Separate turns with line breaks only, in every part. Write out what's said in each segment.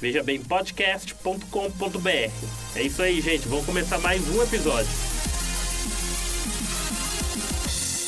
vejabempodcast.com.br. É isso aí, gente, vamos começar mais um episódio.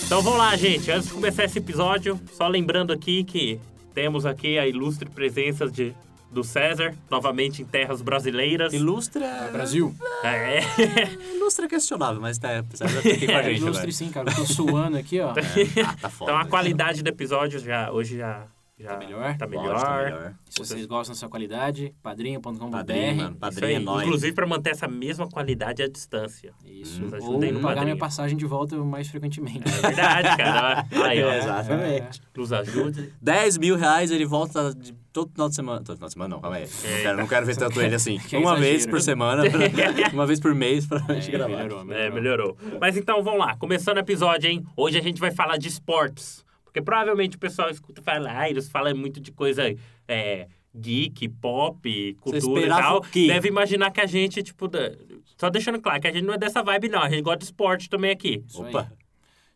Então vamos lá, gente. Antes de começar esse episódio, só lembrando aqui que temos aqui a ilustre presença de, do César, novamente em terras brasileiras.
Ilustra.
Brasil.
É,
Ilustra é questionável, mas tá, César tá aqui com a gente.
Ilustre É, sim, cara. Eu tô suando aqui, ó.
agora. Ah, tá foda.
Então a qualidade do episódio já hoje já, já
Tá melhor?
Tá melhor.
Lógico, tá melhor.
Se vocês gostam da sua qualidade, padrinho.com.br.
Padrinho, mano.
Isso
Padrinho
aí.
é nóis.
Inclusive para manter essa mesma qualidade à distância.
Isso.
Nos
Ou
ajudem Hum.
pagar
no
minha
padrinho.
passagem de volta mais frequentemente.
É verdade, cara. Aí, ó.
É, Exatamente.
Nos ajude.
10 mil reais ele volta de todo final de semana. Todo final de semana não, calma aí. Não quero, não quero ver tanto ele assim.
que é
uma vez
exagero.
por semana, pra- uma vez por mês pra gente
É,
gravar.
melhorou,
É,
melhorou.
melhorou. Mas então vamos lá, começando o episódio, hein? Hoje a gente vai falar de esportes. Porque provavelmente o pessoal escuta e fala, ah, eles falam muito de coisa é, geek, pop, cultura e
esperava
tal.
o quê?
Deve imaginar que a gente, tipo, da- só deixando claro que a gente não é dessa vibe, não. A gente gosta de esporte também aqui.
Isso aí.
Opa.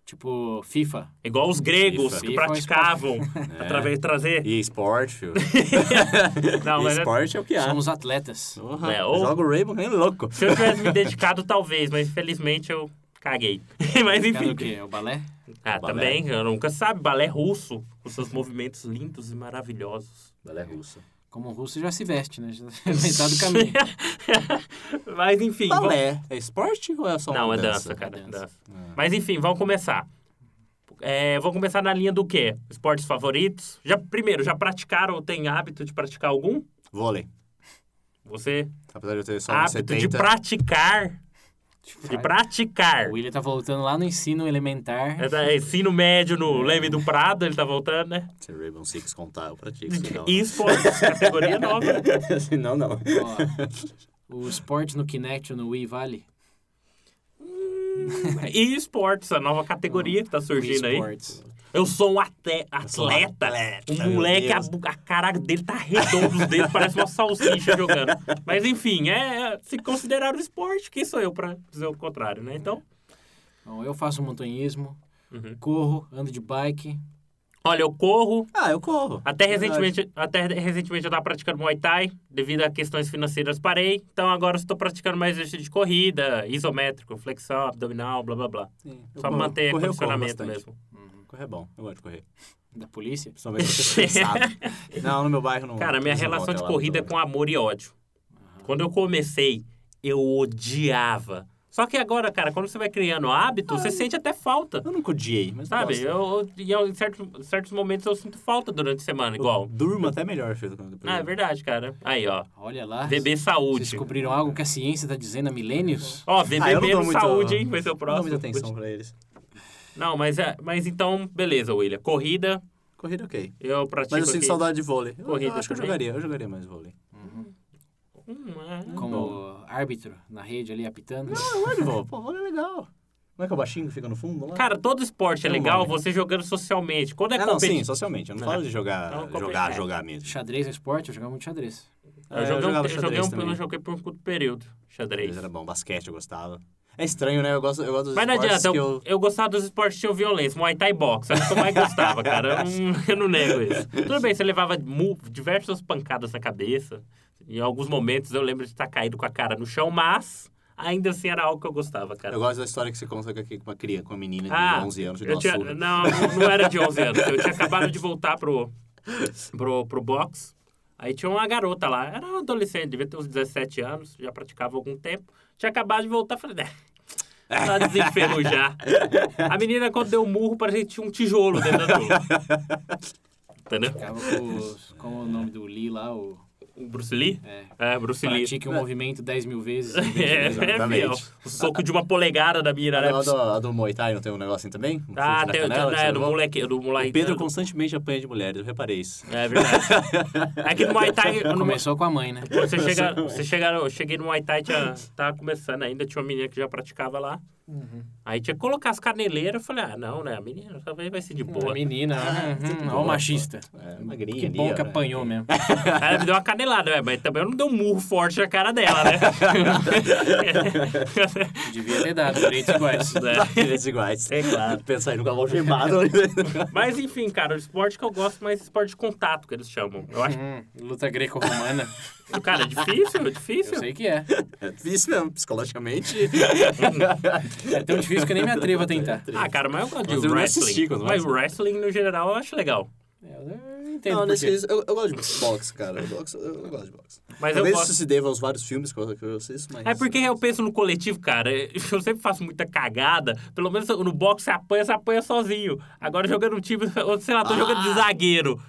Tipo, FIFA.
Igual os gregos
FIFA.
que
FIFA é um
praticavam através de trazer.
É. E esporte, filho.
Não, mas é-
esporte é o que há.
Somos atletas.
Porra,
É, ou-
Joga o Rainbow nem louco.
se eu tivesse me dedicado, talvez, mas infelizmente eu caguei. mas
Cara,
enfim.
o quê? É O balé?
Ah,
Balé.
também, eu nunca sabe, balé russo, com seus movimentos lindos e maravilhosos.
Balé russo.
Como o russo já se veste, né? Já tá inventado o caminho.
Mas enfim. vamos-
Balé é esporte ou é só uma
Não, é dança,
dança?
cara. é
Dança.
dança. Mas enfim, vamos começar. É, vamos começar na linha do quê? Esportes favoritos? Já, primeiro, já praticaram ou tem hábito de praticar algum?
Vôlei.
Você.
Apesar de eu ter só uns
hábito
70.
de praticar. De praticar.
Tipo, O William tá voltando lá no ensino elementar.
É, da- é, ensino médio no Leme do Prado, ele tá voltando, né?
Se Rainbow Six contar, eu pratico. Senão,
E esportes, categoria nova.
não. senão não.
Ó, o esporte no Kinect ou no Wii vale?
E esportes, a nova categoria que tá surgindo aí.
Esportes.
Eu sou um ate-
Um sou um
atleta.
atleta,
Um
meu
moleque, a,
Deus.
bu- a cara dele tá redondo os dedos, parece uma salsicha jogando. Mas enfim, é, é- se considerar um esporte, quem sou eu pra dizer o contrário, né? Então,
Bom, eu faço montanhismo,
Uhum.
corro, ando de bike.
olha, eu corro.
Ah, eu corro.
Até
Verdade.
recentemente, até recentemente eu tava praticando Muay Thai, devido a questões financeiras parei. Então agora eu estou praticando mais exercício de corrida, isométrico, flexão, abdominal, blá blá blá.
Sim, eu
Só
corro.
manter
Correr eu corro
condicionamento
bastante.
mesmo.
Correr é bom, eu gosto de correr.
Da polícia?
Principalmente quando eu tô estressado. não, no meu bairro não.
Cara, minha
não
relação
volta
de
lá,
corrida é
não.
com amor e ódio.
Ah.
Quando eu comecei, eu odiava. Só que agora, cara, quando você vai criando hábito,
Ah.
você sente até falta.
Eu nunca odiei, mas
Sabe? é
gosto.
Eu, eu- e eu- em certos, certos momentos eu sinto falta durante a semana, igual.
Durmo até melhor, filho. quando eu
Ah, é verdade, cara. Aí, ó.
Olha lá.
VB
Vocês
Saúde.
descobriram algo que a ciência tá dizendo há milênios?
Ó,
Ah, eu não
VB
dou
no
muito-
Saúde, hein? Vai ser o
Não dou
próximo.
muita atenção pra eles.
Não, mas, é- mas então, beleza, William. Corrida,
Corrida, ok.
eu pratico
Mas eu sinto
aqui.
saudade de vôlei. Eu-
Tipo Corrida
eu acho que eu
também.
jogaria, eu jogaria mais vôlei.
Hum, é.
Como árbitro na rede ali apitando?
Eu gosto de vôlei. Pô, vôlei é legal. Não é que é o baixinho que fica no fundo lá?
Cara, todo esporte é
Tem um
legal
nome.
você jogando socialmente. Quando é
ah, não,
competi-
sim, socialmente. Eu não
É.
falo de jogar,
Não,
jogar,
competi-
jogar mesmo.
Xadrez é esporte? Eu jogava muito xadrez.
Eu
É,
joguei, um,
jogava
eu joguei, um,
xadrez
eu
também.
joguei por um curto período, xadrez.
Mas era bom, basquete eu gostava. É estranho, né? Eu gosto, eu gosto dos
Mas não
esportes
adianta, eu,
que
eu...
eu...
gostava dos esportes que tinham violência, Muay Thai e boxe, era o que eu mais gostava, cara. Eu não, eu não nego isso. Tudo bem, você levava mu- diversas pancadas na cabeça. Em alguns momentos eu lembro de estar caído com a cara no chão, mas ainda assim era algo que eu gostava, cara.
Eu gosto da história que você conta com aqui com uma criança, com uma menina de
Ah,
11 anos. que deu
eu
uma
tinha,
surra.
não, não não era de 11 anos. Eu tinha acabado de voltar pro, pro, pro box. Aí tinha uma garota lá, era uma adolescente, devia ter uns 17 anos, já praticava há algum tempo. Tinha acabado de voltar, falei, né? Tá desenferrujar. A menina, quando deu um murro, parecia que tinha um tijolo dentro da dor. Entendeu?
Jogava com os- Como é o nome do Lee lá? O
O Bruce Lee?
É.
É, Bruce Lee.
Pratique o um movimento 10 mil vezes. em vez
É,
de usar.
é,
Exatamente.
o o soco de uma polegada da mira, né?
A do, a do Muay Thai não tem um negocinho também? Um
Ah,
chute
tem,
na
tem,
canela que
é,
você
do
levou?
moleque, do moleque.
O Pedro constantemente apanha de mulheres, eu reparei isso.
É verdade. É que no Muay Thai, no,
Começou com a mãe, né?
Quando você chega, você chega, eu cheguei no Muay Thai, tinha, tava começando ainda, tinha uma menina que já praticava lá. Aí tinha que colocar as caneleiras, eu falei, ah, não, né, a menina talvez vai ser de
Boa.
boa.
Menina,
tudo
uhum, ó
bom,
o machista.
É, magrinha
Que
ali,
bom
ó,
que
né?
apanhou mesmo.
Aí ela me deu uma canelada, né, mas também eu não dei um murro forte na cara dela, né?
Devia ter dado, direitos iguais.
Eles iguais.
É claro.
Pensar aí no cavalo gemado.
mas enfim, cara, o esporte que eu gosto mais é esporte de contato, que eles chamam. Eu acho,
Hum, luta greco-romana.
cara, é difícil, é
Eu
difícil.
sei que é.
É difícil mesmo, psicologicamente.
É tão difícil que eu nem me atrevo a tentar.
Ah, cara, mas eu gosto de
Mas eu não
wrestling.
assisti quando
mas
mais-
wrestling, no geral, eu acho legal.
É, Eu entendo.
Não,
por
nesse
quê.
caso, eu, eu gosto de boxe, cara. Eu, boxe, eu, eu gosto de boxe.
Mas eu
Talvez
gosto.
isso se deva aos vários filmes que eu que eu assisto, mas...
É porque eu penso no coletivo, cara. Eu sempre faço muita cagada. Pelo menos no boxe você apanha, você apanha sozinho. Agora jogando um time, ou sei lá, tô jogando
Ah!
de zagueiro.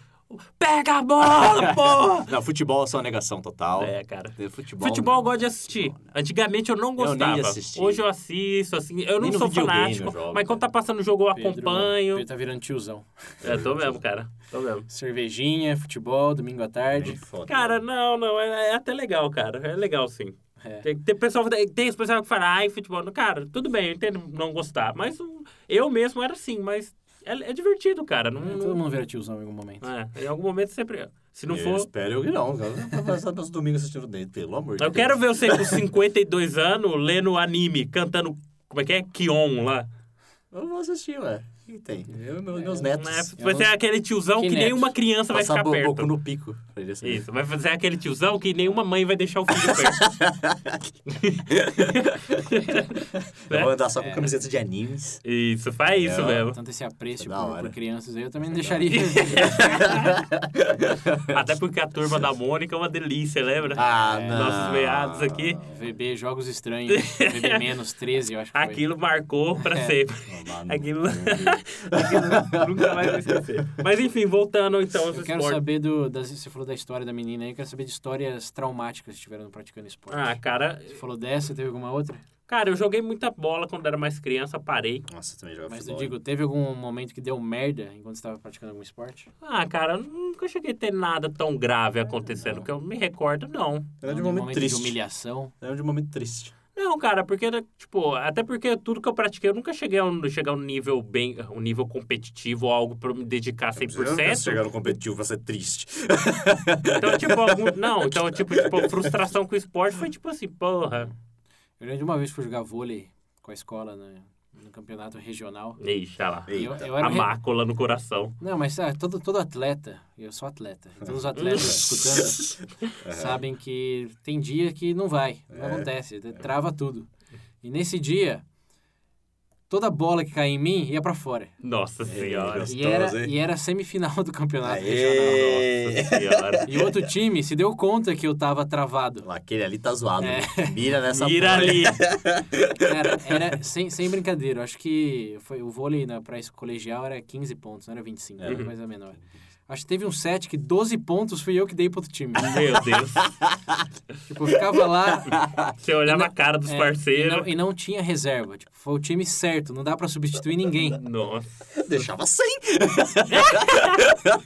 Pega a bola, porra!
Não, futebol é só negação total.
É, cara.
É, Futebol...
Futebol eu gosto de assistir. Antigamente eu não gostava.
assisti.
Hoje eu assisto, assim. Eu
Nem
não
no
sou
videogame eu
fanático,
jogo,
mas quando tá
cara.
passando o jogo eu
Pedro-
acompanho.
Pedro tá virando tiozão.
É, tô mesmo, cara. Tô mesmo.
Cervejinha, futebol, domingo à tarde.
é Foda.
Cara, não, não. É, é até legal, cara. É legal, sim.
É.
Tem, tem, pessoal, tem esse pessoal que fala, ai, futebol. não." Cara, tudo bem, eu entendo não gostar. Mas um, eu mesmo era assim, mas é, é divertido, cara. Não,
Todo
não-
mundo vira tiozão em algum momento.
é, em algum momento sempre. Se não
eu
for.
espero eu que não. cara. Eu vou passar meus domingos assistindo dentro, pelo amor de
Eu
Deus.
quero ver você com 52 anos lendo anime, cantando. Como é que é? Kion lá.
Eu vou assistir, ué. O que tem? Eu e meus, meus
Né?
netos.
Vai ser aquele tiozão que,
Que
nem
neto.
uma criança vai
Passar
ficar
bo-
perto.
boco no pico. pra ele, assim.
Isso, vai fazer aquele tiozão que nenhuma mãe vai deixar o filho perto. né?
Eu vou andar só com
É.
camiseta de animes.
Isso, faz isso
É, ó.
mesmo.
Tanto esse apreço
Isso é da
por,
hora. é
por crianças aí, eu também não deixaria.
Até porque a turma da Mônica é uma delícia, lembra?
Ah, não.
É, Nossos meados aqui.
VB Jogos Estranhos, VB menos 13, eu acho que foi.
Aquilo marcou pra
É.
sempre.
Ah, não.
Aquilo, aquilo nunca mais vai esquecer. Mas enfim, voltando então aos
Eu quero
esportes.
saber do. das- você falou da história da menina aí, eu quero saber de histórias traumáticas que tiveram praticando esporte.
Ah, cara,
Você falou dessa, teve alguma outra?
cara, eu joguei muita bola quando era mais criança, parei.
Nossa, eu também jogava
Mas eu
futebol.
digo, teve algum momento que deu merda enquanto você estava praticando algum esporte?
Ah, cara, eu nunca cheguei a ter nada tão grave acontecendo, que eu me recordo, não.
Era de um momento
Algum momento de
triste.
humilhação?
Era de um momento triste.
Não, cara, porque era, tipo, até porque tudo que eu pratiquei, eu nunca cheguei a um, chegar a um nível bem, um nível competitivo ou algo pra eu me dedicar 100%.
no competitivo, vai ser triste.
Então, tipo, algum- não, então, tipo, tipo, a frustração com o esporte foi tipo assim, porra.
Eu lembro de uma vez que fui jogar vôlei com a escola né, no campeonato regional.
Ixi, olha lá.
E Eu,
Eita.
eu era
A
re-
mácula no coração.
Não, mas sabe, todo, todo atleta, eu sou atleta, e todos os atletas escutando sabem que tem dia que não vai,
É,
não acontece, trava tudo. E nesse dia, toda bola que caía em mim ia pra fora.
Nossa senhora.
Deus.
E era,
Gostoso, hein?
e era semifinal do campeonato regional.
Aê!
Nossa senhora.
E o outro time se deu conta que eu tava travado.
Aquele ali tá zoado.
É.
né? Mira nessa
Mira
bola.
ali.
Cara, era sem, sem brincadeira. eu Acho que foi o vôlei na pra esse colegial era 15 pontos, não era 25, era uma coisa menor. Acho que teve um set que 12 pontos fui eu que dei pro outro time.
Meu Deus.
tipo, eu ficava lá
Você olhava a cara dos
é, e, não,
parceiros.
e não tinha reserva. Tipo, foi o time certo, não dá pra substituir ninguém.
Nossa.
Deixava sem.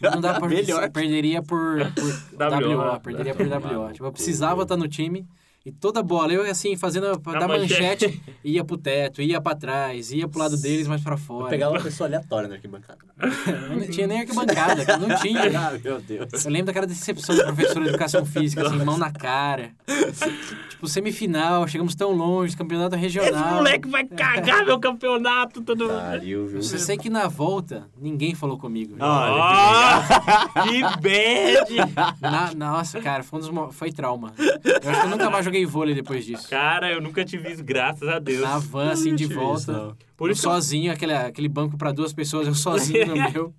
Não dá pra
Melhor.
perderia por, por
WO,
WO,
né?
perderia por WO. Tipo, eu precisava estar no time. E toda bola, eu assim, fazendo a,
Na
da
manchete.
manchete. ia pro teto, ia pra trás, ia pro lado deles, mas pra fora.
Pegava uma pessoa aleatória na arquibancada.
Não tinha nem arquibancada, cara, não tinha.
Ah, meu Deus.
Eu lembro daquela decepção da professora de educação física, assim, mão na cara. Tipo, semifinal, chegamos tão longe, campeonato
Esse
regional.
moleque vai cagar meu campeonato. Tudo...
Pariu, viu?
Eu sei que na volta, ninguém falou comigo.
Ah, que bad!
Na- nossa, cara, foi, um dos mo- foi trauma. Eu acho que eu nunca mais joguei vôlei depois disso.
Cara, eu nunca tive isso, graças a Deus.
Na van, assim, de volta.
Por
eu
isso que-
sozinho, aquele, aquele banco pra duas pessoas, eu sozinho no meu.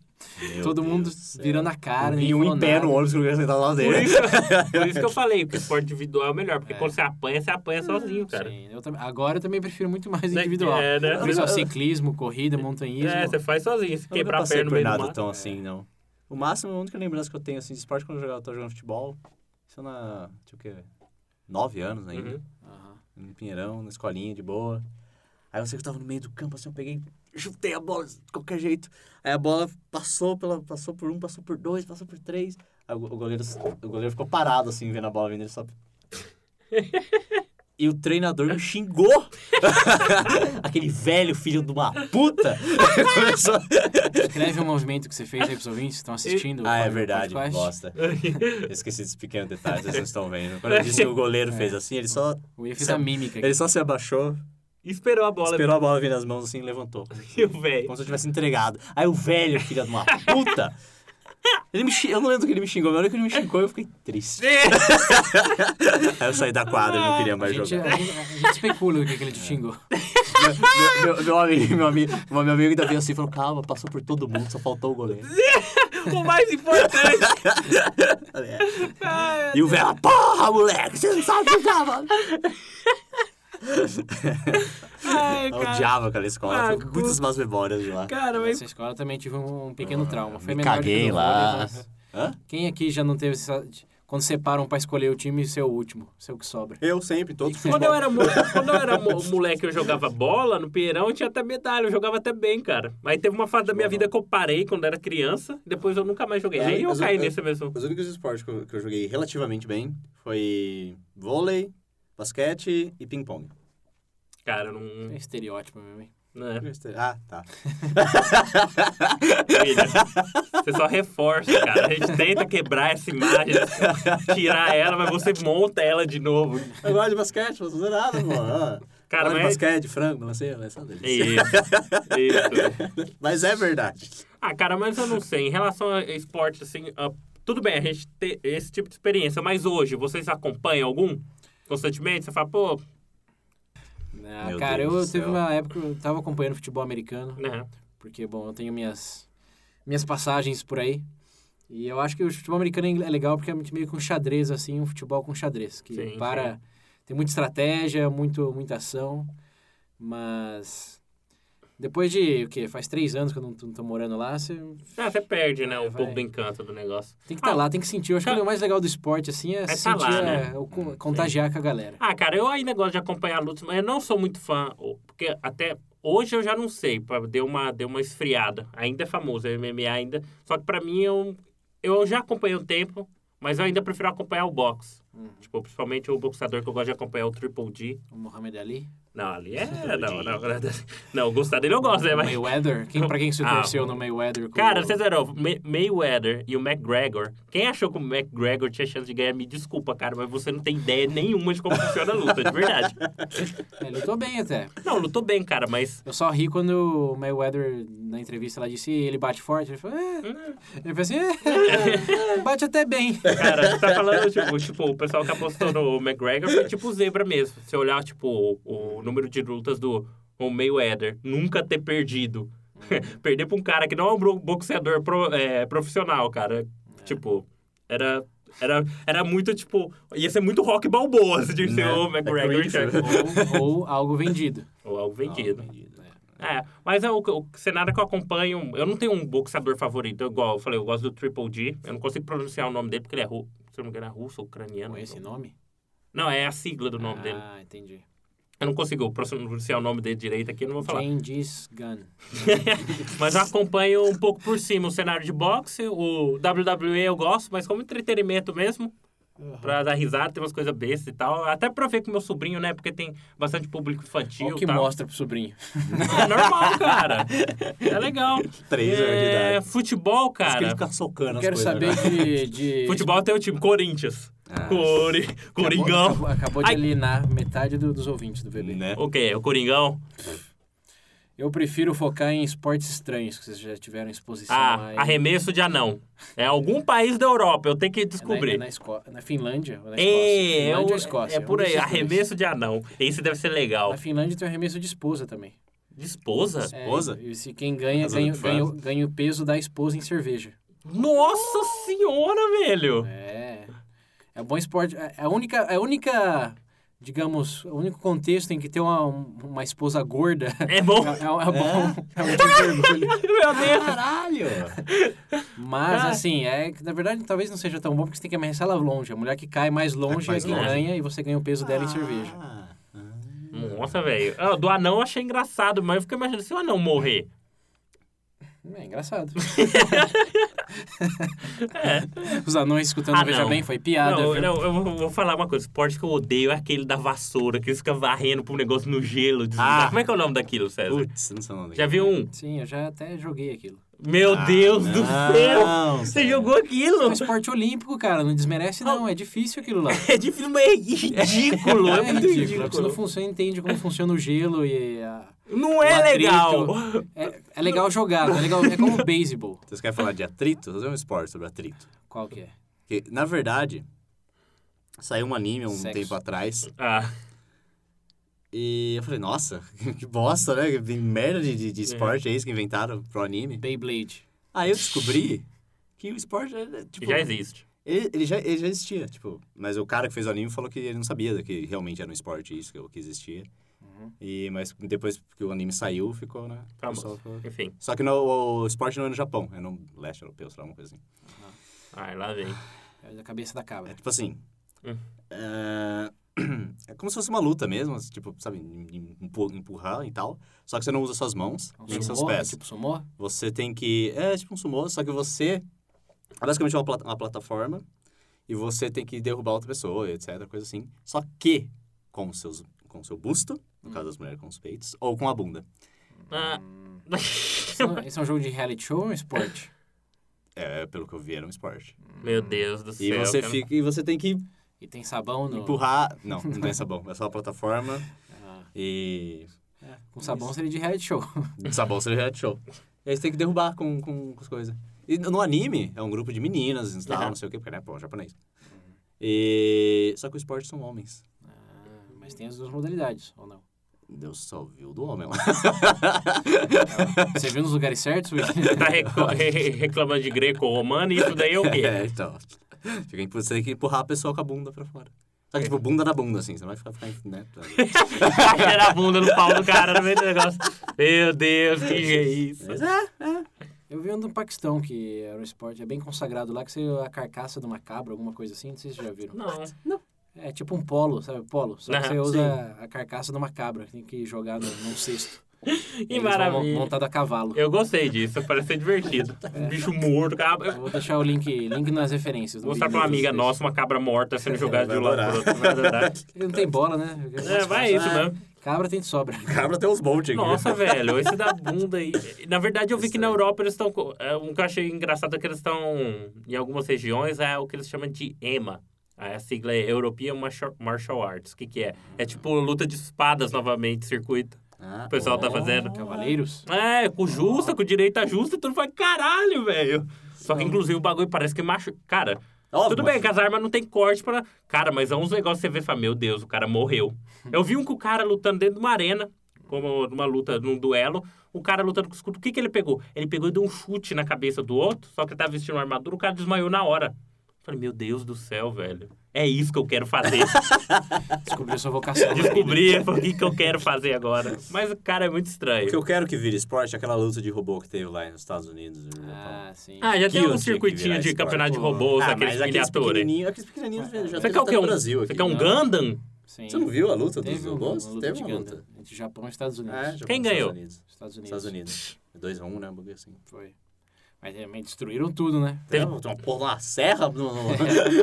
todo mundo virando a cara.
E
ninguém
um
falou
em pé
nada.
no ônibus que eu queria sentar lá
Por
dentro.
isso, por isso que eu falei que o esporte individual é o melhor, porque quando você apanha, você apanha sozinho, cara.
Sim, eu também- agora eu também prefiro muito mais individual.
É, né?
Mas, ó, ciclismo, corrida, montanhismo.
É, você faz sozinho, você
Eu nunca
quebrar a
passei
perna no
por
meio do
nada
mato.
tão assim, não. O máximo, a única lembrança que eu tenho assim, de esporte quando eu jogava, eu tava jogando futebol. sei lá, tinha o quê? Nove anos ainda.
Uhum.
Aham.
Em Pinheirão, na escolinha, de boa. Aí eu sei que eu tava no meio do campo, assim, eu peguei, chutei a bola de qualquer jeito. Aí a bola passou, pela, passou por um, passou por dois, passou por três. Aí o, o goleiro, o goleiro ficou parado, assim, vendo a bola vindo, ele só... E o treinador me xingou. Aquele velho filho de uma puta. Começou...
Escreve o movimento que você fez aí pros ouvintes que estão assistindo.
Ah, é
o
verdade,
podcast.
bosta.
Uhum.
Eu esqueci desse pequeno detalhe, vocês não estão vendo. Quando eu disse que o goleiro fez assim, ele só,
O Ian fez a mímica.
ele só se abaixou,
Esperou a bola
esperou a bola vir nas mãos assim e levantou.
e o velho.
Como se eu tivesse entregado. Aí o velho, filha de uma puta. Ele me xing... Eu não lembro que ele me xingou, mas na hora que ele me xingou, eu fiquei triste.
É,
Aí eu saí da quadra, eu não queria
A
mais
gente,
jogar.
a gente- a gente especula o que, que ele te xingou.
Meu, meu, meu amigo, meu amigo, meu amigo ainda veio assim e falou: calma, passou por todo mundo, só faltou o goleiro.
o mais importante.
"É." E o velho, porra, moleque, você não sabe jogar, mano.
Ai,
Eu
cara.
odiava aquela escola,
Ah,
eu tenho muitas más memórias de lá.
Cara, mas
Nessa escola eu também tive um, um pequeno trauma. Foi
me
menor que
caguei
do
lá.
vôlei, né? mas-
Hã?
Quem aqui já não teve essa... de- Quando separam pra escolher o time, seu último, seu que sobra.
Eu sempre, todos
Quando eu era, mo- quando eu era mo- moleque, eu jogava bola no Pinheirão, eu tinha até medalha, eu jogava até bem, cara. Mas teve uma fase da minha vida que eu parei quando era criança, depois eu nunca mais joguei.
né? Mas
Aí eu
eu- mas é- eu-
caí
eu-
nesse mesmo.
Os únicos esportes que eu, que eu joguei relativamente bem foi vôlei, basquete e ping-pong.
Cara, eu
É
não.
estereótipo mesmo, hein?
Né?
Ah, tá.
William, você só reforça, cara. A gente tenta quebrar essa imagem, tirar ela, mas você monta ela de novo.
Eu gosto de basquete, não vou fazer nada, pô. Ah,
Cara,
gosto de
mas.
basquete, frango, não sei, essa delícia.
Isso. Isso.
Mas é verdade.
Ah, cara, mas eu não sei. Em relação a esporte, assim, a- tudo bem a gente ter esse tipo de experiência, mas hoje vocês acompanham algum? Constantemente? Você fala, pô,
Ah,
Meu
cara,
Deus
eu
do
eu teve
céu.
uma época que eu tava acompanhando futebol americano,
né?
porque, bom, eu tenho minhas, minhas passagens por aí. E eu acho que o futebol americano é legal porque é muito meio com xadrez, assim, um futebol com xadrez. Que
Sim,
para. Tem muita estratégia, muito, muita ação. Mas. Depois de, o quê? Faz três anos que eu não tô, não tô morando lá, você
Ah, você perde, né? Um
Vai.
pouco do encanto do negócio.
tem que estar
Ah,
lá, tem que sentir. Eu acho
tá.
que o mais legal do esporte, assim, é,
tá
sentir,
lá, né?
é, o con- contagiar com a galera.
Ah, cara, eu ainda gosto de acompanhar lutas, mas eu não sou muito fã, o- porque até hoje eu já não sei, pá, deu uma, deu uma esfriada. Ainda é famoso, é MMA ainda. Só que pra mim, eu, eu já acompanhei um tempo, mas eu ainda prefiro acompanhar o boxe. Tipo, principalmente o boxeador que eu gosto de acompanhar, o Triple D.
O Mohamed Ali.
Não, ali é... não, não, não, não, gostar dele eu gosto, né?
O
Mas...
Mayweather. Quem, pra quem se
Ah,
torceu no Mayweather? com
Cara,
o-
vocês eram May- Mayweather e o McGregor. Quem achou que o McGregor tinha chance de ganhar, me desculpa, cara, mas você não tem ideia nenhuma de como funciona a luta, de verdade.
É, lutou bem até.
Não, lutou bem, cara, mas
Eu só ri quando o Mayweather, na entrevista, ela disse, ele bate forte. Ele falou, é.
Hum.
Ele falou assim, é, é, bate até bem.
Cara, você tá falando, tipo, tipo, o pessoal que apostou no McGregor foi tipo zebra mesmo. Se olhar, tipo, o, o número de lutas do o Mayweather, nunca ter perdido. Perder pra um cara que não é um bro- boxeador pro- é, profissional, cara. Tipo, era, era, era muito, tipo... Ia ser muito rock balboa se de ser
Né?
o
É
McGregor.
crítico.
cara.
Ou, ou algo vendido.
Ou algo vendido.
Não, vendido, né?
É, mas é o, o cenário que eu acompanho. Eu não tenho um boxeador favorito, igual eu falei, eu gosto do Triple G. Eu não consigo pronunciar o nome dele porque ele é russo. Se eu não me engano, é russo ou ucraniano.
Com esse nome?
Não, é a sigla do nome dele.
Ah, entendi.
Eu não consigo pronunciar o nome dele direito aqui, eu não vou falar.
Genghis Gun.
mas eu acompanho um pouco por cima o cenário de boxe, o WWE eu gosto, mas como entretenimento mesmo. Pra dar risada, tem umas coisas bestas e tal. Até pra ver com meu sobrinho, né? Porque tem bastante público infantil.
Olha o que
e tal.
mostra pro sobrinho.
É normal, cara. É legal.
Três anos de
é,
idade.
futebol,
Acho que
cara.
ele fica socando
Eu
as
quero
coisas
saber
agora.
de... de...
né? Futebol tem o time Corinthians.
Ah.
Cori...
é
Coringão.
Acabou, acabou de
Ai.
alienar metade do- dos ouvintes do bebê.
Né?
O quê? O Coringão?
Eu prefiro focar em esportes estranhos, que vocês já tiveram exposição lá.
Ah,
em-
arremesso de anão. É algum país da Europa, eu tenho que
é na, é
descobrir.
na, Esco... na Finlândia ou na Escócia?
É,
Finlândia
é,
ou
o-
Escócia?
é por
Um
aí,
desses dois.
arremesso de anão. Esse deve ser legal.
Na Finlândia tem o arremesso de esposa também.
De esposa?
É,
Esposa?
e se quem ganha,
As
ganha,
OnlyFans?
ganha, o- ganha o peso da esposa em cerveja.
Nossa senhora, velho!
É. É um bom esporte. É a é única, a única digamos, o único contexto em que ter uma, uma esposa gorda
É bom.
é, é bom. É um tipo de orgulho.
Meu Deus.
Caralho!
Mas,
Ah.
assim, é que na verdade talvez não seja tão bom porque você tem que ameaçar ela longe. A mulher que cai mais longe é,
mais
que
longe.
ganha e você ganha o peso dela em cerveja.
Ah, ah.
Nossa, velho. Ah, do anão eu achei engraçado, mas eu fico imaginando se o anão morrer.
É engraçado. É. Os anões escutando
Ah,
Veja
não.
Bem foi piada.
não,
viu?
não, eu vou- vou falar uma coisa. O esporte que eu odeio é aquele da vassoura, que fica varrendo pro negócio no gelo. desligar.
Ah.
Como é que é o nome daquilo, César?
Putz, não sei o nome
Já viu um?
Sim, eu já até joguei aquilo.
Meu
Ah,
Deus do
não,
céu!
César.
Você jogou
É um
aquilo?
esporte olímpico, cara. Não desmerece, não. É difícil aquilo lá.
É difícil, mas é ridículo. É,
É
muito
ridículo. Você não
ridículo.
funciona, entende como funciona o gelo e a...
Um
Não é
o atrito.
legal.
É, é legal jogar, é, legal, é como o beisebol.
Vocês querem falar de atrito? Fazer um esporte sobre atrito.
Qual que é?
Que, na verdade, saiu um anime um
Sexo.
tempo atrás.
Ah,
E eu falei, nossa, que bosta, né? Que merda de, de, de esporte é esse que inventaram pro anime.
Beyblade.
Aí eu descobri que o esporte é, tipo,
já existe.
Ele, ele já, ele já existia, tipo, mas o cara que fez o anime falou que ele não sabia que realmente era um esporte isso, que, que existia. E, mas depois que o anime saiu, ficou, né? o
Famoso.
pessoal ficou-
Tá Enfim.
Só que no, o esporte não é no Japão, é no leste europeu, sei lá, uma coisa assim.
Ai, lá vem.
É da cabeça da
É
cabra.
tipo assim.
Hum.
É... é como se fosse uma luta mesmo, tipo, sabe, em- em- empu- empurrar e tal. Só que você não usa suas mãos,
É um
nem seus
sumô, é
pés.
tipo sumô.
Você tem que. É tipo um sumô, só que você. É basicamente uma, plat- uma plataforma. E você tem que derrubar outra pessoa, etc. Coisa assim. Só que com o seus, com o seu busto, no caso das mulheres com os peitos, ou com a bunda.
Ah.
Isso não- Esse é um jogo de reality show ou um esporte?
É, pelo que eu vi, era um esporte.
Meu Deus do céu.
E você,
cara.
fica, e você tem que
E tem sabão no...
empurrar. Não, não tem sabão. É só a plataforma.
Ah,
E.
com sabão seria de reality show.
Sabão seria reality é show. E aí você tem que derrubar com, com, com as coisas. E no anime, é um grupo de meninas e tal,
Aham.
não sei o quê, porque, né, pô, japonês. E... Só que o esporte são homens.
É.
Ah, mas tem as duas modalidades, ou não?
Deus só viu do homem lá.
Você viu nos lugares certos, Will?
Tá reco- re- reclamando de greco-romano e isso daí é o quê?
É, então. Fica, em- você tem que empurrar a pessoa com a bunda pra fora. Só que, tipo, bunda na bunda, assim. Você não vai ficar, ficar né?
Era a bunda no pau do cara no meio do negócio. Meu Deus, que que é isso?
Mas é, é.
Eu vi um do Paquistão, que era um esporte, é bem consagrado lá, que você a carcaça de uma cabra, alguma coisa assim, não sei se vocês já viram.
Não.
É tipo um polo, sabe? Polo. Só que
Aham,
você usa a carcaça de uma cabra, tem que jogar no, num cesto.
Que
Eles vão um mon-
maravilha.
Montado a cavalo.
Eu gostei disso, pareceu divertido. Um Bicho morto,
Eu
cabra.
Vou deixar o link, link nas referências. do
Vou mostrar
vídeo
pra uma
dos
amiga
dois.
nossa uma cabra morta sendo jogada de um lado
Vai
pro outro. Vai adorar.
Ele não tem bola, né?
É, vai isso mesmo.
Cabra tem de sobra.
Cabra tem uns bolts
Nossa, velho, esse da bunda aí. Na verdade, eu vi que na
Estranho.
Europa eles estão. co- é, Um que eu achei engraçado é que eles estão. Em algumas regiões é o que eles chamam de EMA. A sigla é European Martial- Martial Arts. O que, que é? É tipo luta de espadas novamente, circuito.
Ah,
O pessoal tá fazendo.
Cavaleiros?
É, com justa, com direita justa, e tudo vai caralho, velho. Só que, inclusive, o bagulho parece que machuca. Cara,
Óbvio,
tudo bem que as armas não tem corte pra. Cara, mas é uns negócios que você vê e fala, meu Deus, o cara morreu. Eu vi um com o cara lutando dentro de uma arena, como numa luta, num duelo. O cara lutando com o escudo. O que, que ele pegou? Ele pegou e deu um chute na cabeça do outro, só que ele tava vestindo uma armadura, o cara desmaiou na hora. Eu Falei, meu Deus do céu, velho. É isso que eu quero fazer.
Descobriu sua vocação.
Descobri o que, que eu quero fazer agora. Mas o cara é muito
O
estranho.
que eu quero que vire esporte é aquela luta de robô que teve lá nos Estados Unidos. e no Japão.
Ah, sim.
Ah, já tem
Aquilo
um
tinha que
circuitinho
virar
de
esporte.
campeonato de
Pô.
robôs,
Ah,
aqueles
mas aqueles Ah.
miniaturas.
pequenininhos, aqueles pequenininhos já
Você
teve
quer o
até
quê?
no
Um,
Brasil
você
aqui. né?
quer um
Não.
Gundam?
Sim.
Você não viu a luta dos
Teve um-
robôs? Teve
de
uma
ganda
luta.
Entre Japão e Estados Unidos.
É, Japão,
Quem
Estados
ganhou?
Unidos.
Estados Unidos.
Estados Unidos. 2 a 1, né? Um bagulho assim.
Foi. Mas também destruíram tudo, né?
Teve-
Teve uma porra uma um serra no, no,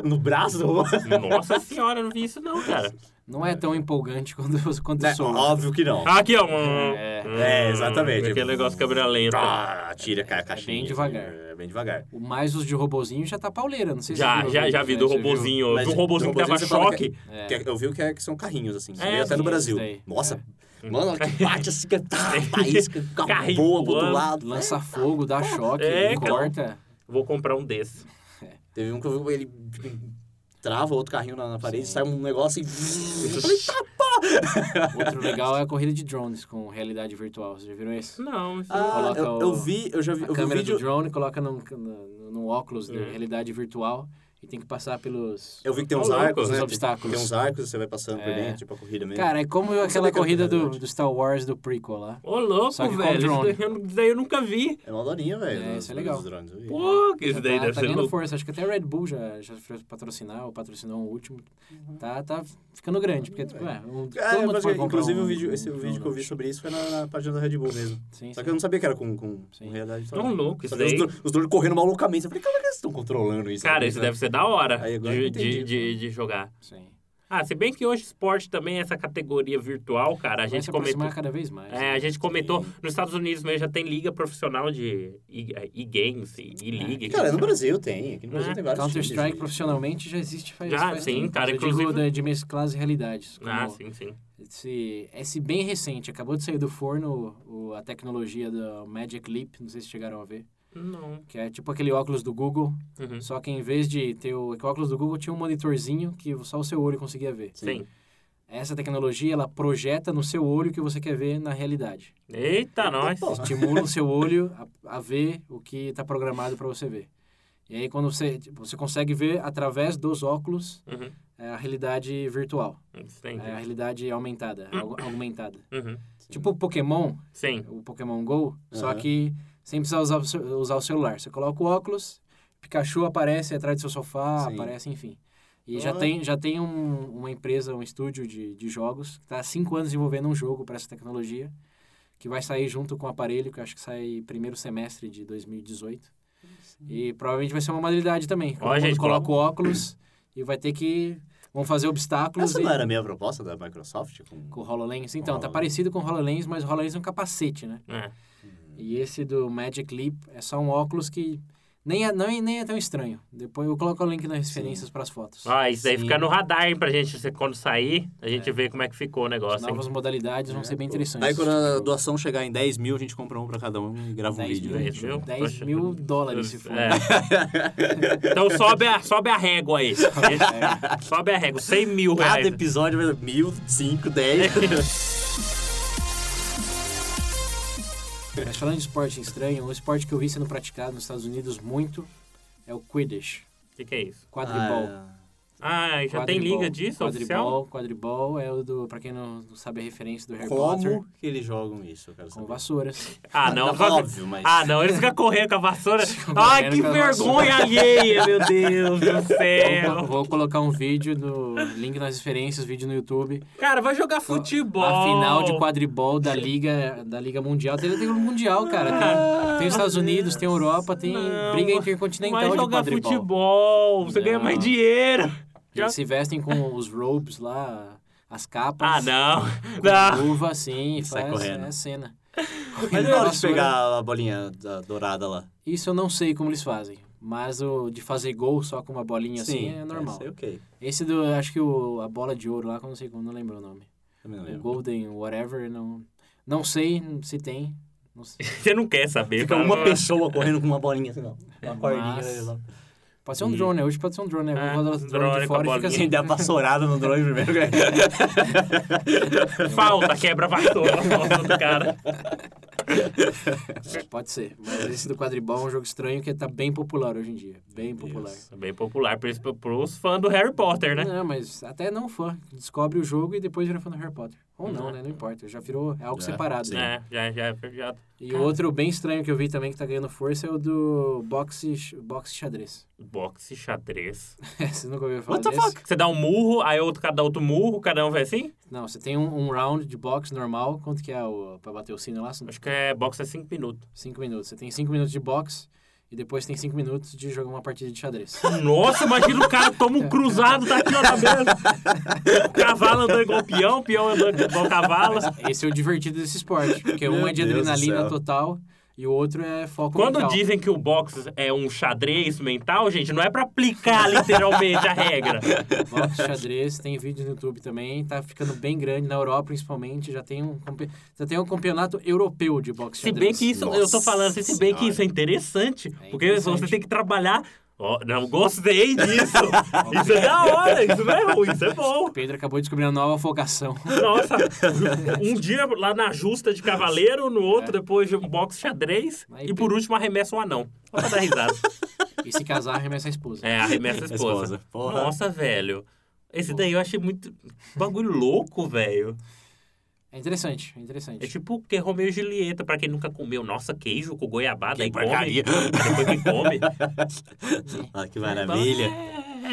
no braço do
é
robô.
Nossa senhora, eu não vi isso não, cara.
Não é tão empolgante quanto, quanto
Né,
soa.
Óbvio que não.
Ah, Aqui, ó. um- Hum,
É.
É, exatamente.
Aquele negócio câmera lenta.
Ah, tira a caixinha.
É bem devagar.
assim, É bem devagar.
O mais os de robozinho já tá pauleira, não sei se
Já,
você viu,
já, já vi
né?
do
Você viu?
robozinho.
Mas
do robozinho que tava
você fala
choque.
que-
É.
que eu vi o que, é, que são carrinhos, assim.
É,
veio até no
sim,
Brasil.
isso daí. É.
Nossa, mano, ela que bate assim, que tá, país, que carro
Carrinho
boa pro outro
voando,
lado.
Lança fogo, dá choque,
É,
então.
cara.
corta.
Vou comprar um desse.
Teve um que eu vi, ele tipo, trava outro carrinho na, na parede, sai um negócio assim. Eu falei, tá.
Outro legal é a corrida de drones com realidade virtual. Vocês já viram isso?
Não, isso
Ah,
Coloca
eu, eu
o-
vi, eu já vi, eu
A
vi um
câmera do
vídeo. É.
drone coloca num, num- num óculos de
Hum.
realidade virtual e tem que passar pelos.
Eu vi que tem uns
Ô, louco,
arcos,
os
né? Tem-
Tá obstáculos.
Tem uns arcos, você vai passando por
É.
dentro, tipo a corrida mesmo.
Cara, é como aquela
sabia que era
corrida do,
verdade.
do Star Wars do prequel lá.
Ô, louco,
Só que com
velho.
drone.
Isso daí, eu, isso daí eu nunca vi.
é uma dorinha, velho.
É,
dos-
isso é legal.
dos drones, eu vi.
Pô, que isso daí deve
tá, tá
ser
ganhando
louco.
força. Acho que até a Red Bull já, já fez patrocinar, ou patrocinou o último.
Uhum.
Tá, tá ficando grande, porque tipo, é, um,
Ah,
todo
eu
mundo
acho
pode
que,
comprar
inclusive,
um-
o vídeo, esse
um
vídeo que eu vi
drone.
sobre isso foi na, na página da Red Bull mesmo.
Sim,
Só
sim.
que eu não sabia que era com, com, com
Sim.
realidade.
Tão louco isso
Só vi
daí.
os, dro- os drones correndo malucamente. Eu falei, cara, que eles estão controlando isso?
Cara,
aqui,
isso
né?
deve ser da hora
Aí agora
de,
eu entendi, então.
de, de, de jogar.
sim.
Ah, se bem que hoje esporte também é essa categoria virtual, cara. A
Vai
gente
é
se
comentou.
aproximar cada vez mais. né?
É, a gente comentou,
Sim.
nos Estados Unidos mesmo já tem liga profissional de e- é, e-games, e- e-league. assim.
Cara, é no Brasil tem. Aqui no Brasil
Ah,
tem vários né? times
né? Counter-Strike
de-
profissionalmente já existe faz,
Já,
faz
sim,
tempo.
cara,
Eu
inclusive-
digo de, de mesclar as realidades. Como
Ah, sim, sim.
Esse, esse bem recente, acabou de sair do forno o- a tecnologia do Magic Leap, não sei se chegaram a ver,
Não.
que é tipo aquele óculos do Google,
Uhum.
só que em vez de ter o, que o óculos do Google tinha um monitorzinho que só o seu olho conseguia ver.
Sim.
Essa tecnologia, ela projeta no seu olho o que você quer ver na realidade.
Eita, nós.
Pô,
Estimula o seu olho a, a ver o que está programado para você ver. E aí quando você, tipo, você consegue ver através dos óculos
Uhum.
é, a realidade virtual,
Entendi.
é, a realidade aumentada, au- aumentada.
Uhum.
Tipo Pokémon,
Sim.
o Pokémon Go, só
Aham.
que sem precisar usar, o ce- usar o celular. Você coloca o óculos, Pikachu aparece atrás do seu sofá,
Sim.
aparece, enfim. E
Ah.
já tem, já tem um- uma empresa, um estúdio de, de jogos, que está há cinco anos desenvolvendo um jogo para essa tecnologia, que vai sair junto com o aparelho, que eu acho que sai primeiro semestre de 2018. E provavelmente vai ser uma modalidade também.
Ó, gente,
Quando coloca o óculos e vai ter que... Vão fazer obstáculos
Essa
e-
não era a minha proposta da Microsoft? Com...
com o HoloLens. Então, tá
HoloLens.
parecido com o HoloLens, mas o HoloLens é um capacete, né?
É.
E esse do Magic Leap é só um óculos que nem é, não, é- nem é tão estranho. Depois eu coloco o link nas referências para as fotos.
Ó, isso daí
Sim.
fica no radar, hein, pra gente. se- Quando sair, a gente vê como é que ficou o negócio. hein.
Novas modalidades
É,
vão ser bem interessantes.
Aí quando a doação chegar em 10 mil, a gente compra um pra cada um e grava um
10
vídeo.
mil,
né?
10 mil?
10
Poxa.
mil dólares se for.
É. Então sobe a, sobe a régua aí. Sobe a régua, 100 mil
Cada
reais.
episódio vai ser mil, cinco, dez.
Mas falando de esporte estranho, um esporte que eu vi sendo praticado nos Estados Unidos muito é o Quidditch,
O que, que é isso?
quadribol.
Ah,
é.
já tem
Quadribol.
liga disso, oficial?
Quadribol, quadribol é o do, pra quem não não sabe a referência do Harry Potter,
Como que eles jogam isso? Eu quero
com
saber.
vassouras.
Ah, não.
Não,
só-
óbvio, mas-
Ah, não. Ele fica correndo com a vassoura. Ai,
correndo
que
com a vassoura.
vergonha alheia, meu Deus do
Vou,
céu.
vou colocar um vídeo no link nas referências, vídeo no YouTube,
Cara, vai jogar futebol.
A final de quadribol da Liga, da Liga Mundial. Tem, tem um Mundial, cara.
Ah,
Tem, tem os Estados Unidos, tem Europa, tem
Não,
briga
vai-
intercontinental
Vai
de
jogar
quadribol.
futebol. Você
Não.
ganha mais dinheiro. Já-
Eles se vestem com os robes lá, as capas.
Ah, não. Ah. Não.
Luva, assim, e
sai
faz
correndo.
é a cena.
Mas
Correndo
é
na
com a
hora de
vassoura.
pegar a bolinha da- dourada lá.
Isso eu não sei como eles fazem. Mas o de fazer gol só com uma bolinha assim é normal.
Sei, ok.
Esse do, acho que o, a bola de ouro lá, que eu não sei como, não lembro o nome.
Também não
O
lembro.
Golden, whatever, não, não sei se tem. Não sei.
Você não quer saber.
Fica
cara.
Tipo, uma pessoa correndo com uma bolinha assim, não. Uma cordinha.
Mas-
né, lá.
Pode ser um
E-
drone, né? hoje pode ser um drone, né?
Ah,
Vou botar o drone
drone
de
com a
fora e
bolinha.
fica
Quem
assim.
der a vassourada no drone primeiro ganha.
Falta, quebra a vassoura na falta do cara.
Pode ser. Mas esse do quadribol é um jogo estranho que tá bem popular hoje em dia. Bem popular.
Deus.
Bem popular pros, pros fãs do Harry Potter, né?
Não, mas até não fã. Descobre o jogo e depois vira fã do Harry Potter. Ou não,
Uhum.
né? Não importa. Já virou é algo
Já,
separado.
sim.
né?
É, já, já, já.
E o outro bem estranho que eu vi também que tá ganhando força é o do boxe, ch- boxe xadrez.
Boxe, xadrez.
Você nunca ouviu falar
What the
desse?
fuck?
Você dá um murro, aí outro, cada outro murro, cada um vai assim?
Não, você tem um, um round de boxe normal. Quanto que é o, pra bater o sino lá? São
Acho que é boxe é 5 minutos.
cinco minutos. Você tem cinco minutos de boxe e depois tem cinco minutos de jogar uma partida de xadrez.
Nossa, imagina o cara toma um cruzado, tá aqui na tabela. O cavalo andando igual peão, o peão andando igual cavalo.
Esse é o divertido desse esporte, porque um
Meu
é de
Deus do
adrenalina
céu.
total e o outro é foco
Quando
mental.
dizem que o boxe é um xadrez mental, gente, não é pra aplicar literalmente a regra.
Boxe, xadrez, tem vídeo no YouTube também, tá ficando bem grande na Europa principalmente, já tem um, campe- já tem um campeonato europeu de boxe
Se bem
xadrez.
que isso, eu tô falando assim, se bem que
Nossa
isso é interessante, porque
interessante.
você tem que trabalhar. Ó, não gostei disso. Isso é da hora, isso não é ruim, isso é bom.
O Pedro acabou de descobrir uma nova vocação.
Nossa, um dia lá na justa de
É.
cavaleiro, no outro depois de um boxe xadrez
Aí,
e por último arremessa um anão. Só pra dar risada.
E se casar, arremessa a esposa.
É, arremessa a esposa.
A esposa. Porra.
Nossa, velho. Esse daí eu achei muito. Bagulho louco, velho.
É interessante, é
É
interessante.
tipo que Romeu e Julieta, pra quem nunca comeu. Nossa, queijo com goiabada
Que
e come.
porcaria.
Depois que come.
Ah,
Tá.
que maravilha.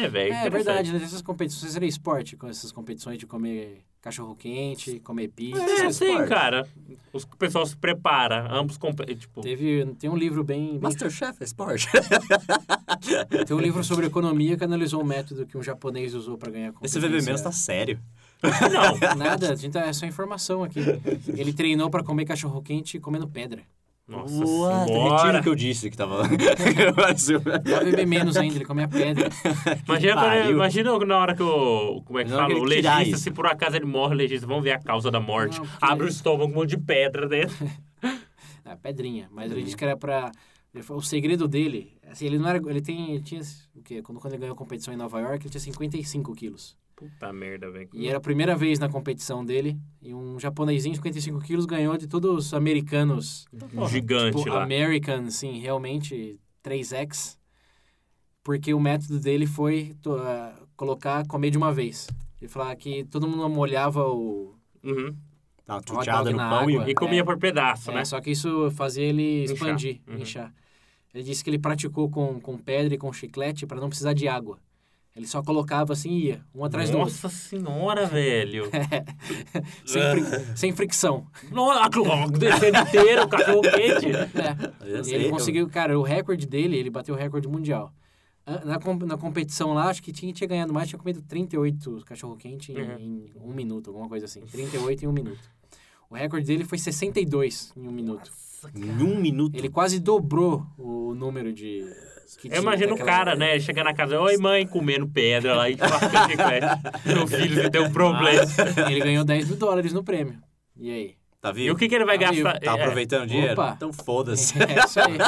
É, velho.
É, é
interessante.
verdade, né? Essas competições era esporte, com essas competições de comer cachorro quente, comer pizza.
É,
Esporte.
sim, cara. Os, o pessoal se prepara. Ambos competem. Tipo,
Teve, tem um livro bem, bem
Masterchef é esporte.
Tem um livro sobre economia que analisou o método que um japonês usou para ganhar
Esse
competência.
VB menos tá sério.
não.
Nada, a gente tá- é só informação aqui. Ele treinou para comer cachorro quente comendo pedra.
Nossa
Uau,
senhora.
Retiro o que eu disse que tava. Pareceu-
Pra beber menos ainda, ele comia pedra.
Imagina, quando-
pariu.
imagina na hora que o. Como é que
Na hora
fala?
que
O
ele tirar
legista,
isso.
se por acaso ele morre, o legista, vamos ver a causa da morte.
Não, porque-
Abre o estômago, um monte de pedra dentro.
Ah, pedrinha. Mas ele disse que era pra. ele falou- O segredo dele, assim, ele não era. Ele tem. Ele tinha. O quê? Quando, quando ele ganhou a competição em Nova York, ele tinha 55 quilos.
Puta merda, velho.
E era a primeira vez na competição dele. E um japonesinho de 55 quilos ganhou de todos os americanos
Um gigante
Tipo,
lá.
American, sim, realmente 3x. Porque o método dele foi to- ah, colocar, comer de uma vez. Ele falava que todo mundo molhava o.
Uhum.
Dá Tá uma
dog
tuteada no
na
pão
água.
e.
E comia
É.
por pedaço,
é,
né?
Só que isso fazia ele
Inchar.
expandir,
Uhum.
inchar. Ele disse que ele praticou com, com pedra e com chiclete para não precisar de água. Ele só colocava assim e ia, um atrás do outro. É.
Nossa senhora, velho.
Sem, fri- sem fricção.
Nossa, descendo inteiro, cachorro quente.
É.
Eu
E
sei,
ele
eu-
conseguiu,
então.
cara, o recorde dele, ele bateu o recorde mundial. Ah, Na, com- na competição lá, acho que tinha, tinha ganhado mais, tinha comido 38 cachorro-quente em,
Uhum.
em um minuto, alguma coisa assim. 38 em um minuto. O recorde dele foi 62 em um minuto.
Em um minuto.
Ele quase dobrou o número de. que tinha
Eu imagino o
naquela
cara,
época.
né? ele Chega na casa, oi mãe, comendo pedra lá e marcando chiclete. Meu filho, você tem um problema.
Ah, Ele ganhou 10 mil dólares no prêmio. E aí?
Tá vivo?
E o que, que ele vai
Tá vivo.
gastar?
Tá
É,
aproveitando o dinheiro?
Opa.
Então foda-se.
É isso aí.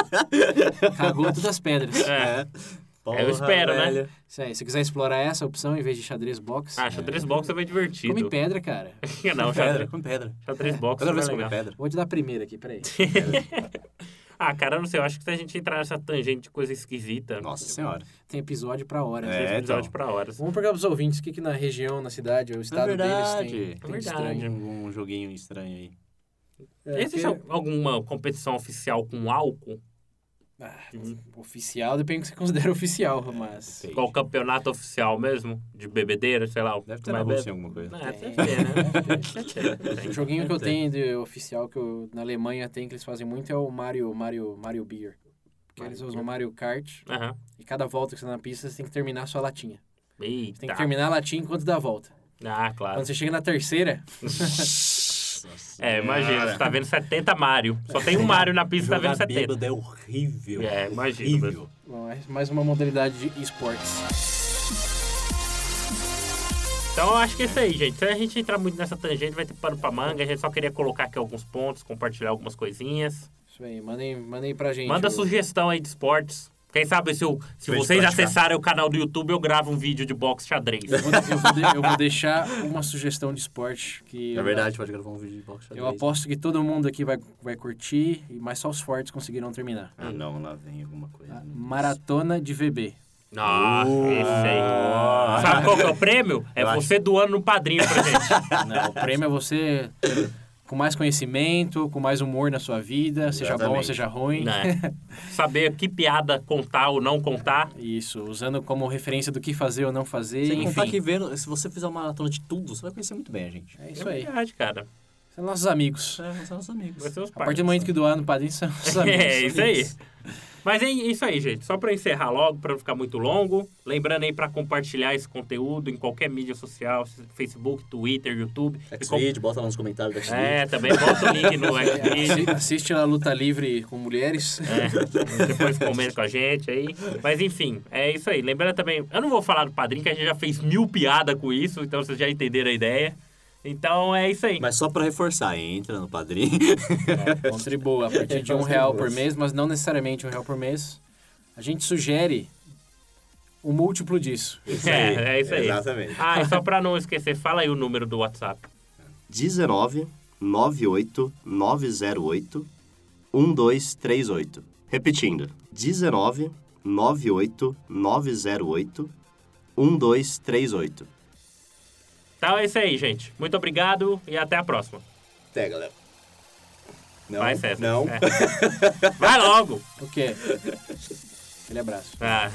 Cagou todas as pedras.
É.
Porra,
Eu espero, né?
velho.
Isso aí. Se quiser explorar essa opção em vez de xadrez box,
Ah, xadrez box é bem
come
divertido.
pedra, cara.
Não,
Com pedra,
xadrez,
com pedra.
xadrez box
Toda
é
vez que
legal.
come pedra.
Vou te dar a primeira aqui, peraí.
Ah, cara, eu não sei, eu acho que se a gente entrar nessa tangente de coisa esquisita,
Nossa senhora.
Tem episódio pra hora.
É,
esse episódio
então.
pra horas.
Vamos pegar pros ouvintes o que, que na região, na cidade, o estado
verdade.
deles tem.
É
tem
verdade.
estranho.
Um, um joguinho estranho aí.
É,
Existe
porque-
alguma competição oficial com álcool?
Ah, Oficial, depende do que você considera oficial, mas.
Sei.
Qual campeonato oficial mesmo? De bebedeira, sei lá. o
Deve
que
ter na
mais
Rússia
bebe.
alguma coisa.
Ah,
Tem.
deve ter, né? Deve ter.
O joguinho que eu
Tem.
tenho de oficial que eu- na Alemanha tem, que eles fazem muito, é o Mario, Mario, Mario Beer. Porque eles usam Mario Kart
Aham.
e cada volta que você dá na pista, você tem que terminar a sua latinha. Você tem que
Eita.
terminar a latinha enquanto dá a volta.
Ah, claro.
Quando você chega na terceira,
É, imagina, você tá vendo 70 Mario. Só tem um Mario na pista, tá vendo
Jogar
70.
bêbado é horrível.
É, imagino
Horrível.
bom, é mais uma modalidade de esportes.
Então eu acho que é isso aí, gente. Se a gente entrar muito nessa tangente, vai ter pano pra manga. A gente só queria colocar aqui alguns pontos, compartilhar algumas coisinhas.
Isso aí, mandem, mandem pra gente.
Manda
o-
sugestão aí de esportes. Quem sabe se, eu- se
Pra gente
vocês
praticar.
acessarem o canal do YouTube, eu gravo um vídeo de boxe xadrez.
Eu vou, eu vou de- eu vou deixar uma sugestão de esporte que
É verdade, pode gravar um vídeo de boxe
eu
xadrez.
aposto que todo mundo aqui vai, vai curtir, e- mas só os fortes conseguirão terminar.
Ah, não, lá vem alguma coisa.
Maratona de VB.
Nossa, esse
Ah.
aí. Sabe qual que é o prêmio? É
Eu acho.
você doando no padrinho pra gente.
Não, o prêmio é você com mais conhecimento, com mais humor na sua vida, seja bom ou
Exatamente.
seja ruim.
né? Saber que piada contar ou não contar.
Isso, usando como referência do que fazer ou não fazer,
Sem
enfim.
contar que tá vendo, se você fizer uma maratona de tudo, você vai conhecer muito bem a gente.
É
É
isso aí.
verdade, cara.
São nossos amigos.
É, são nossos amigos.
Vai ser os
A partir do momento que doar no padrinho, são nossos amigos.
É, isso aí. Mas é isso aí, gente. Só pra encerrar logo, pra não ficar muito longo. Lembrando aí pra compartilhar esse conteúdo em qualquer mídia social, Facebook, Twitter, YouTube.
É
E com-
Xvid, bota lá nos comentários da Xvid.
É, também bota o link no
Assi-
Xvid.
Assiste a luta livre com mulheres.
É, depois comenta com a gente aí. Mas enfim, é isso aí. Lembrando também, eu não vou falar do padrinho, que a gente já fez mil piada com isso, então vocês já entenderam a ideia. Então é isso aí.
Mas só pra reforçar, entra no padrinho.
Contribua a partir de um real por mês, mas não necessariamente um real por mês. A gente sugere o múltiplo disso.
é, é isso aí.
Exatamente.
Ah, e só pra não esquecer, fala aí o número do WhatsApp.
19 98
um
908 1238. Repetindo, 19
98 908 1238.
Então é isso aí, gente. Muito obrigado e até a próxima.
Até, galera. Não,
Vai, César.
não.
É. Vai logo!
O quê? Aquele abraço.
Ah.